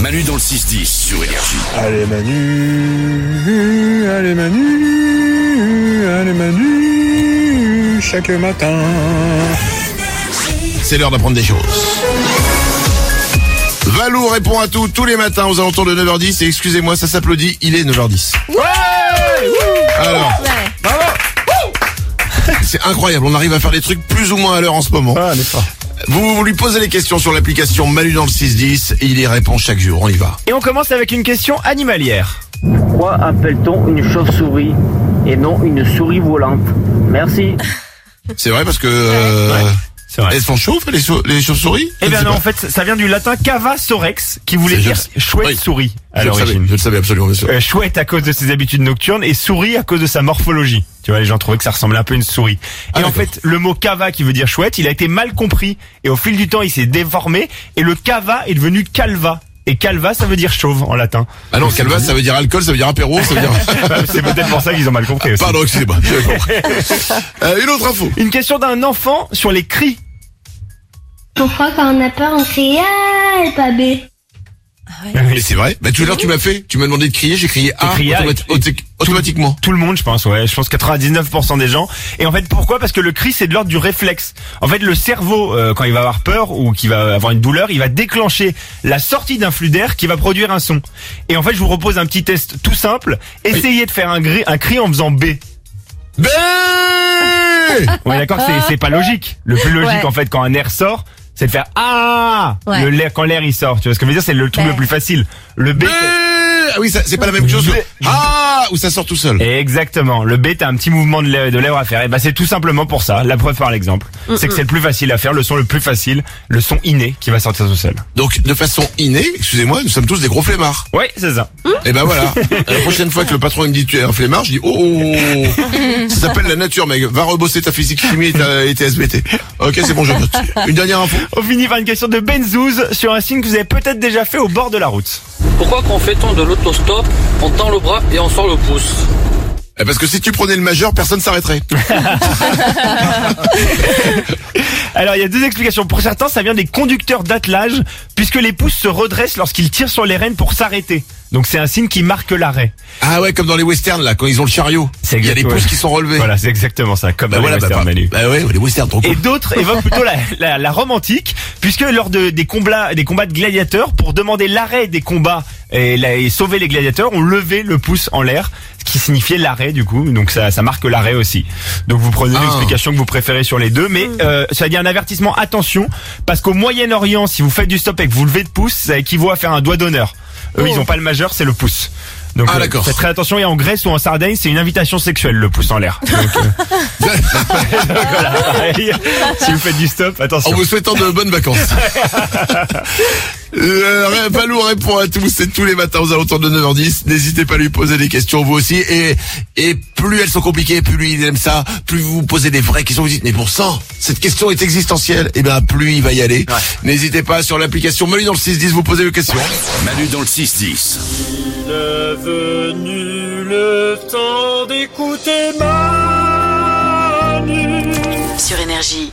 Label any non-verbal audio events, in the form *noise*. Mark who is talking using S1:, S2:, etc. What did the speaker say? S1: Manu dans le 6-10 sur Énergie.
S2: Allez Manu, allez Manu, allez Manu, chaque matin.
S3: C'est l'heure d'apprendre des choses. Valou répond à tout tous les matins aux alentours de 9h10 et excusez-moi, ça s'applaudit, il est 9h10. Alors, c'est incroyable, on arrive à faire des trucs plus ou moins à l'heure en ce moment.
S2: Ah, n'est pas.
S3: Vous, vous lui posez les questions sur l'application Malu dans le 610 et il y répond chaque jour, on y va.
S4: Et on commence avec une question animalière.
S5: Pourquoi appelle-t-on une chauve-souris et non une souris volante Merci.
S3: C'est vrai parce que... euh,
S4: C'est vrai.
S3: Elles sont chauves, les, chau- les chauves-souris
S4: Eh
S3: Je
S4: bien
S3: ne sais
S4: non,
S3: pas.
S4: en fait, ça vient du latin cava sorex, qui voulait
S3: C'est
S4: dire
S3: juste-
S4: chouette
S3: oui.
S4: souris à
S3: Je le savais,
S4: l'origine.
S3: je le savais absolument, bien sûr.
S4: Euh, chouette à cause de ses habitudes nocturnes et souris à cause de sa morphologie. Tu vois, les gens trouvaient que ça ressemblait un peu à une souris.
S3: Ah,
S4: et en
S3: d'accord.
S4: fait, le mot cava qui veut dire chouette, il a été mal compris et au fil du temps, il s'est déformé et le cava est devenu calva. Et calva, ça veut dire chauve
S3: *laughs*
S4: en latin.
S3: Ah non, calva, ça veut dire alcool, ça veut dire apéro, ça veut
S4: *laughs*
S3: dire...
S4: C'est peut-être pour ça qu'ils ont mal compris aussi.
S3: Pardon, excusez-moi. j'avais compris. Euh, une autre info.
S4: Une question d'un enfant sur les cris.
S6: Pourquoi quand on a peur, on crie Ah, pas B
S3: Mais c'est vrai. Bah, tout à l'heure, tu m'as fait, tu m'as demandé de crier, j'ai crié A
S4: crié A
S3: automati-
S4: et-
S3: auti- automatiquement.
S4: Tout le monde, je pense, ouais. Je pense 99% des gens. Et en fait, pourquoi Parce que le cri, c'est de l'ordre du réflexe. En fait, le cerveau, euh, quand il va avoir peur ou qu'il va avoir une douleur, il va déclencher la sortie d'un flux d'air qui va produire un son. Et en fait, je vous propose un petit test tout simple. Essayez de faire un, gri- un cri en faisant B.
S3: B
S4: On est d'accord que c'est- c'est pas logique. Le plus logique,
S7: Ouais.
S4: en fait, quand un air sort, c'est de faire Ah
S7: Ouais.
S4: le, l'air- Quand l'air, il sort. Tu vois ce que je veux dire C'est le truc
S7: Ouais.
S4: le plus facile. Le
S3: B
S4: B... c'est-
S3: Ah oui, ça- c'est pas la même chose que Ah Où ça sort tout seul.
S4: Exactement. Le B, t'as un petit mouvement de lè- de lèvres à faire. Et bah, c'est tout simplement pour ça. La preuve par l'exemple. C'est que c'est le plus facile à faire, le son le plus facile, le son inné qui va sortir tout seul.
S3: Donc, de façon innée, excusez-moi, nous sommes tous des gros flemmards.
S4: Ouais, c'est ça.
S3: Et ben
S4: *laughs*
S3: voilà. la prochaine fois que le patron il me dit tu es un flemmard, je dis oh, oh, oh, oh. Ça s'appelle la nature, mec. Va rebosser ta physique chimie et, ta, et tes SBT. Ok, c'est bon, je note. Une dernière info.
S4: On finit par une question de Benzouz sur un signe que vous avez peut-être déjà fait au bord de la route. *laughs*
S8: Pourquoi quand fait-on de l'autostop, on tend le bras et on sort le pouce
S3: Eh, Parce que si tu prenais le majeur, personne s'arrêterait.
S4: Alors, il y a deux explications. Pour certains, ça vient des conducteurs d'attelage, puisque les pouces se redressent lorsqu'ils tirent sur les rênes pour s'arrêter. Donc, c'est un signe qui marque l'arrêt.
S3: Ah ouais, comme dans les westerns là, quand ils ont le chariot.
S4: C'est
S3: Il y a les
S4: exact, ouais.
S3: pouces qui sont relevés.
S4: Voilà, c'est exactement ça, comme
S3: Bah
S4: dans les
S3: voilà, bah,
S4: westerns,
S3: bah,
S4: Manu.
S3: bah ouais, les westerns trop
S4: Et
S3: cool.
S4: d'autres évoquent plutôt la, la, la Rome antique, puisque lors de, des, combats, des combats de gladiateurs, pour demander l'arrêt des combats et, la- et sauver les gladiateurs, on levait le pouce en l'air, ce qui signifiait l'arrêt du coup, donc ça, ça marque l'arrêt aussi. Donc vous prenez
S3: Ah.
S4: l'explication que vous préférez sur les deux, mais euh, ça dit un avertissement, attention, parce qu'au Moyen-Orient, si vous faites du stop et que vous levez de pouce, ça équivaut à faire un doigt d'honneur. Eux, ils ont pas le majeur, c'est le pouce. Donc
S3: Ah,
S4: euh,
S3: d'accord.
S4: faites très attention, et en Grèce ou en Sardaigne, c'est une invitation sexuelle, le pouce
S3: *laughs*
S4: en l'air. Donc, euh, voilà, pareil. si vous faites du stop, attention.
S3: En vous souhaitant de bonnes
S4: *laughs*
S3: vacances. Euh, Valou répond à tous, c'est tous les matins aux alentours de 9h10. N'hésitez pas à lui poser des questions, vous aussi. Et, et plus elles sont compliquées, plus lui il aime ça, plus vous vous posez des vraies questions. Vous dites, mais pour ça, cette question est existentielle. Et bien, plus il va y aller. N'hésitez pas sur l'application Melu dans le 610, vous posez vos questions.
S1: Manu dans le 6-10.
S8: Devenu le temps d'écouter Manu.
S9: Sur Énergie.